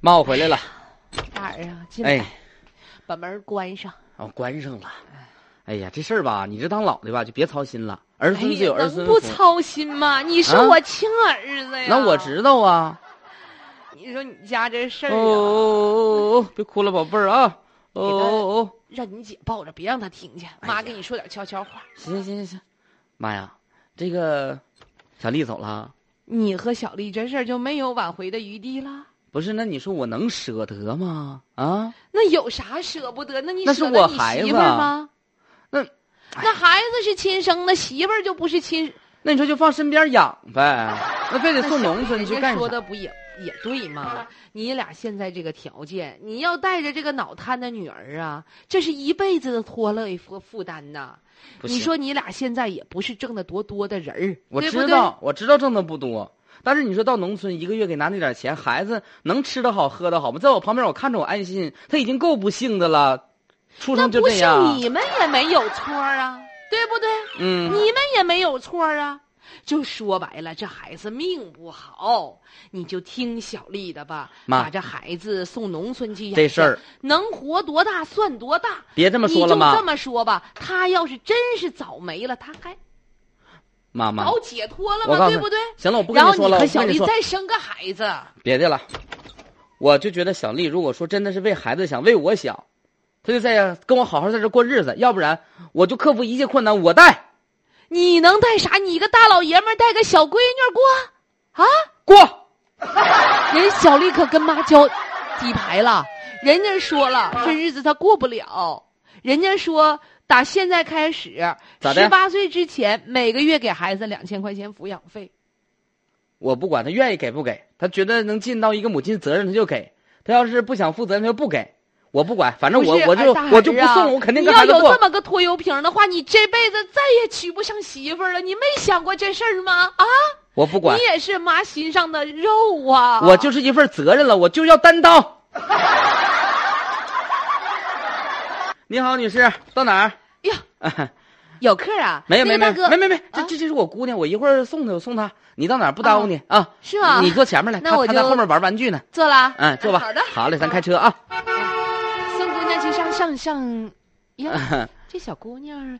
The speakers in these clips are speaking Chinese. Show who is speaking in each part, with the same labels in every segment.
Speaker 1: 妈，我回来了。
Speaker 2: 哪儿啊？进来，
Speaker 1: 哎，
Speaker 2: 把门关上。
Speaker 1: 我关上了。哎呀，这事儿吧，你这当老的吧，就别操心了。儿
Speaker 2: 哎
Speaker 1: 孙自
Speaker 2: 呀
Speaker 1: 有，儿
Speaker 2: 能
Speaker 1: 孙
Speaker 2: 不
Speaker 1: 福。
Speaker 2: 操心吗？你是
Speaker 1: 啊
Speaker 2: 我亲儿子呀。
Speaker 1: 那我。知道啊。
Speaker 2: 你说你家这事
Speaker 1: 哦
Speaker 2: 儿
Speaker 1: 哦
Speaker 2: 啊，
Speaker 1: 哦哦哦，别哭了，宝贝儿啊。哦哦哦，
Speaker 2: 让你姐抱着，别让她听见。
Speaker 1: 哎呀
Speaker 2: 妈跟你说点悄悄话。
Speaker 1: 行行行行行。妈呀，这个小丽走了，
Speaker 2: 你和小丽这事儿就没有挽回的余地了。
Speaker 1: 不是？那你说我能舍得吗？啊？
Speaker 2: 那有啥舍不得？那你
Speaker 1: 那是
Speaker 2: 舍得
Speaker 1: 我
Speaker 2: 你
Speaker 1: 孩
Speaker 2: 媳
Speaker 1: 子啊
Speaker 2: 妇儿吗？
Speaker 1: 那
Speaker 2: 那孩子是亲生的，媳妇儿就不是亲。
Speaker 1: 那你说就放身边养呗，那非得送农村
Speaker 2: 人
Speaker 1: 去
Speaker 2: 家
Speaker 1: 干
Speaker 2: 说
Speaker 1: 啥？
Speaker 2: 的不也也对吗？你俩现在这个条件，你要带着这个脑瘫的女儿啊，这是一辈子的拖累和负担呐。
Speaker 1: 不
Speaker 2: 你
Speaker 1: 行啊
Speaker 2: 说你俩现在也不是挣得多多的人儿，
Speaker 1: 我
Speaker 2: 对
Speaker 1: 知
Speaker 2: 不
Speaker 1: 道，
Speaker 2: 对？
Speaker 1: 我知道挣的不多，但是你说到农村一个月给拿那点钱，孩子能吃得好喝得好吗？在我旁边我看着我安心，他已经够不幸的了，出
Speaker 2: 那
Speaker 1: 生就
Speaker 2: 不
Speaker 1: 这
Speaker 2: 是
Speaker 1: 样，
Speaker 2: 你们也没有错儿啊，对不对？
Speaker 1: 嗯，
Speaker 2: 你们也没有错儿啊。就说白了，这孩子命不好，你就听小丽的吧，
Speaker 1: 妈
Speaker 2: 把这孩子送农村去养去。
Speaker 1: 这事儿
Speaker 2: 能活多大算多大。
Speaker 1: 别这么说了
Speaker 2: 你就
Speaker 1: 嘛
Speaker 2: 这，么说吧，他要是真是早没了，他还
Speaker 1: 妈妈
Speaker 2: 早，解脱了
Speaker 1: 我
Speaker 2: 吗？
Speaker 1: 告诉
Speaker 2: 对
Speaker 1: 你
Speaker 2: 不对？
Speaker 1: 行了，我不跟
Speaker 2: 然
Speaker 1: 你
Speaker 2: 后
Speaker 1: 说了，
Speaker 2: 和
Speaker 1: 我
Speaker 2: 小
Speaker 1: 跟你
Speaker 2: 丽
Speaker 1: 说
Speaker 2: 再生个孩子，
Speaker 1: 别的了，我就觉得小丽如果说真的是为孩子想，为我想，她就在跟我好好在这过日子，要不然我就克服一切困难，我带
Speaker 2: 你能带啥？你一个大老爷们儿带个小闺女过啊？
Speaker 1: 过。
Speaker 2: 人小丽可跟妈交底牌了，人家说了这日子她过不了，人家说打现在开始，
Speaker 1: 咋的
Speaker 2: 十八岁之前每个月给孩子两千块钱抚养费。
Speaker 1: 我不管他愿意给不给，他觉得能尽到一个母亲责任，他就给；他要是不想负责任，他就不给。我不管，反正我
Speaker 2: 不是
Speaker 1: 我就
Speaker 2: 哎大孩儿啊
Speaker 1: 我就不送，我肯定跟孩
Speaker 2: 你
Speaker 1: 子
Speaker 2: 要有
Speaker 1: 过
Speaker 2: 这。么个拖油瓶的话，你这辈子再也娶不上媳妇儿了。你没想过这事儿吗？啊，
Speaker 1: 我不管
Speaker 2: 你，也是妈心上的肉啊！
Speaker 1: 我就是一份责任了，我就要担当。 你好，女士，到哪儿？
Speaker 2: 哎呀，有客啊？
Speaker 1: 没有没
Speaker 2: 那
Speaker 1: 有没
Speaker 2: 个大
Speaker 1: 有
Speaker 2: 哥，
Speaker 1: 没没没，这
Speaker 2: 啊
Speaker 1: 这这是我姑娘，我一会儿送她，我送她。你到哪儿不耽误你啊？
Speaker 2: 哦是吗？
Speaker 1: 你坐前面来，
Speaker 2: 那
Speaker 1: 她
Speaker 2: 我
Speaker 1: 她在
Speaker 2: 就
Speaker 1: 后面玩玩具呢。
Speaker 2: 坐了啊？
Speaker 1: 嗯，坐吧。
Speaker 2: 好的，
Speaker 1: 好嘞，咱开 车啊。
Speaker 2: 送姑娘去上 上上。呀，这小姑娘儿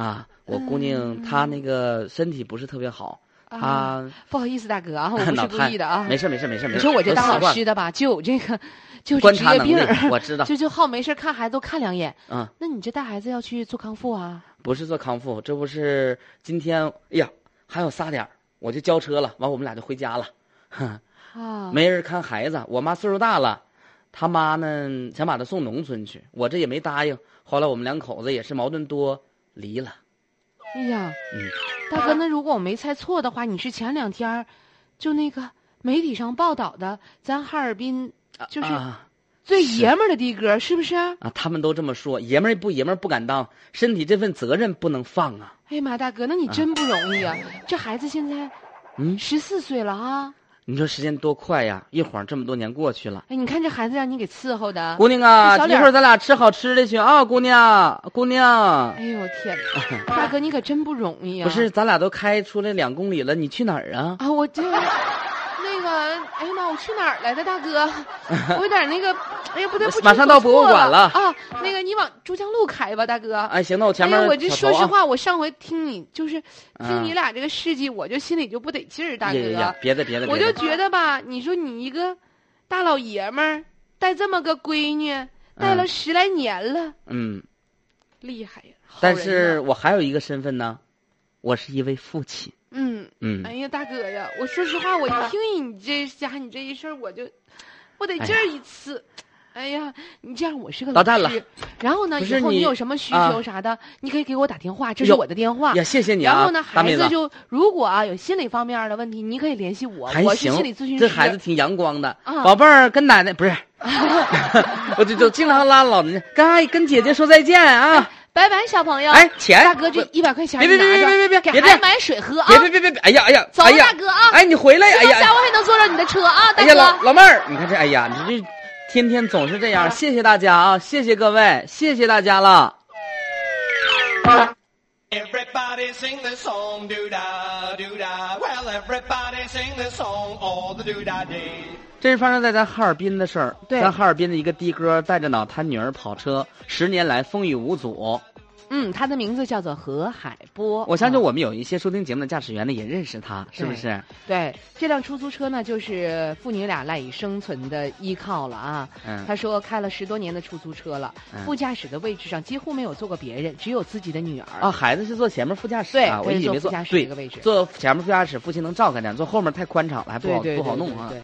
Speaker 1: 啊，我姑
Speaker 2: 嗯
Speaker 1: 娘她那个身体不是特别好，
Speaker 2: 啊，
Speaker 1: 她。
Speaker 2: 不好意思，大 哥啊，我不
Speaker 1: 脑
Speaker 2: 是故
Speaker 1: 瘫
Speaker 2: 意的啊。
Speaker 1: 没事没事没事没事。
Speaker 2: 你说我这
Speaker 1: 都
Speaker 2: 当
Speaker 1: 习
Speaker 2: 老
Speaker 1: 惯
Speaker 2: 师的吧，就有 这个，就是
Speaker 1: 观
Speaker 2: 职
Speaker 1: 察
Speaker 2: 业
Speaker 1: 能
Speaker 2: 病
Speaker 1: 力
Speaker 2: 儿，，
Speaker 1: 我知道，
Speaker 2: 就就好没事看孩子多看两眼。
Speaker 1: 嗯，
Speaker 2: 那你这带孩子要去做康复啊？
Speaker 1: 不是做康复，这不是今天，哎呀，还有仨点儿我就交车了，完我们俩就回家了，哼，
Speaker 2: 啊，
Speaker 1: 没人看孩子，我妈岁数大了，他妈呢想把她送农村去，我这也没答应，后来我们两口子也是矛盾多，离了，
Speaker 2: 哎呀，
Speaker 1: 嗯
Speaker 2: 大哥，那如果我没猜错的话，你是前两天儿就那个媒体上报道的，咱哈尔滨
Speaker 1: 啊
Speaker 2: 就是
Speaker 1: 啊
Speaker 2: 最
Speaker 1: 是
Speaker 2: 爷们儿的的哥，是不是？
Speaker 1: 啊，他们都这么说，爷们儿不爷们儿不敢当，身体这份责任不能放啊，
Speaker 2: 哎呀妈，大哥，那你真不容易啊！这孩子现在
Speaker 1: 嗯，
Speaker 2: 十四岁了啊！
Speaker 1: 你说时间多快呀，一晃这么多年过去了。
Speaker 2: 哎，你看这孩子让你给伺候的，
Speaker 1: 姑娘啊，
Speaker 2: 这小
Speaker 1: 一
Speaker 2: 脸
Speaker 1: 会儿咱俩吃好吃的去啊，姑娘，姑娘
Speaker 2: 哎，呦天 哪，大哥你可真不容易啊！
Speaker 1: 不是，咱俩都开出来两公里了，你去哪儿啊？
Speaker 2: 啊，我这那个，哎呀妈，我去哪儿来的，大哥？我有点那个，哎呀，不对，
Speaker 1: 我
Speaker 2: 不知
Speaker 1: 马上
Speaker 2: 走
Speaker 1: 到博物
Speaker 2: 错
Speaker 1: 馆了
Speaker 2: 啊！那个，你往珠江路开吧，大哥。
Speaker 1: 哎，行，那我前面、啊
Speaker 2: 哎呀，我这说实，话，我上回听你就是听
Speaker 1: 嗯
Speaker 2: 你俩这个事迹，我就心里就不得劲儿，大
Speaker 1: 呀
Speaker 2: 哥。
Speaker 1: 呀呀，别的别的，
Speaker 2: 我
Speaker 1: 别
Speaker 2: 就
Speaker 1: 的嗯
Speaker 2: 觉得吧，你说你一个大老爷们儿带这么个闺女，带了十来年了，
Speaker 1: 嗯，
Speaker 2: 厉害呀！好
Speaker 1: 但
Speaker 2: 人
Speaker 1: 是
Speaker 2: 呐，
Speaker 1: 我还有一个身份呢，我是一位父亲，
Speaker 2: 嗯，
Speaker 1: 嗯，
Speaker 2: 哎呀，大哥呀，我说实话，我一听你这家你这一事儿，我就不得劲
Speaker 1: 哎
Speaker 2: 儿一次。哎呀，你这样，我是个
Speaker 1: 到
Speaker 2: 老
Speaker 1: 站了
Speaker 2: 师，然后呢，
Speaker 1: 不
Speaker 2: 以
Speaker 1: 是
Speaker 2: 后
Speaker 1: 你
Speaker 2: 有什么需
Speaker 1: 啊
Speaker 2: 求啥的，你可以给我打电话，这是
Speaker 1: 有
Speaker 2: 我的电话。
Speaker 1: 呀，谢谢你啊，
Speaker 2: 然后呢，
Speaker 1: 大
Speaker 2: 孩
Speaker 1: 妹
Speaker 2: 子
Speaker 1: 子，
Speaker 2: 就如果啊有心理方面的问题，你可以联系我，
Speaker 1: 还
Speaker 2: 我是
Speaker 1: 行
Speaker 2: 心理咨询师。
Speaker 1: 这孩子挺阳光的，
Speaker 2: 啊
Speaker 1: 宝贝儿跟奶奶不 是，我就就经常拉老人家，跟阿姨跟姐姐说再见啊，
Speaker 2: 拜拜，小朋友。
Speaker 1: 哎，钱，
Speaker 2: 大哥，这一百块钱
Speaker 1: 别
Speaker 2: 你
Speaker 1: 别
Speaker 2: 拿
Speaker 1: 别别别
Speaker 2: 着，
Speaker 1: 别
Speaker 2: 给
Speaker 1: 别
Speaker 2: 孩
Speaker 1: 别
Speaker 2: 子买水喝啊！
Speaker 1: 别别别别别，哎呀哎呀，
Speaker 2: 走了，
Speaker 1: 哎呀
Speaker 2: 大。哥啊！
Speaker 1: 哎，你回来！哎
Speaker 2: 希望
Speaker 1: 呀，
Speaker 2: 下回还能坐上你的车啊，大
Speaker 1: 哎
Speaker 2: 哥。
Speaker 1: 呀，老老妹儿，你看这，哎呀，你这天天总是这样，啊谢谢大家啊，谢谢各位，谢谢大家了。
Speaker 3: Everybody sing the song, do da, do da. Well, everybody sing the song all the do da day.
Speaker 1: 这是发生在咱哈尔滨的事儿。
Speaker 2: 对
Speaker 1: 咱哈尔滨的一个的哥带着脑瘫女儿跑车，十年来风雨无阻。
Speaker 2: 嗯，他的名字叫做何海波。
Speaker 1: 我相信
Speaker 2: 嗯、
Speaker 1: 我们有一些收听节目的驾驶员呢，也认识他，是不是？
Speaker 2: 对这辆出租车呢，就是父女俩赖以生存的依靠了啊。
Speaker 1: 嗯，
Speaker 2: 他说开了十多年的出租车了，
Speaker 1: 嗯
Speaker 2: 副驾驶的位置上几乎没有坐过别人，只有自己的女儿。
Speaker 1: 啊，孩子是坐前面副驾驶
Speaker 2: 对，
Speaker 1: 啊，我
Speaker 2: 他
Speaker 1: 一直
Speaker 2: 是坐
Speaker 1: 没
Speaker 2: 副
Speaker 1: 坐
Speaker 2: 驾驶这
Speaker 1: 对
Speaker 2: 个，位置，
Speaker 1: 坐前面副驾驶，父亲能照看点，坐后面太宽敞了，还不
Speaker 2: 对
Speaker 1: 好
Speaker 2: 对
Speaker 1: 不好
Speaker 2: 对
Speaker 1: 弄
Speaker 2: 对
Speaker 1: 啊
Speaker 2: 对。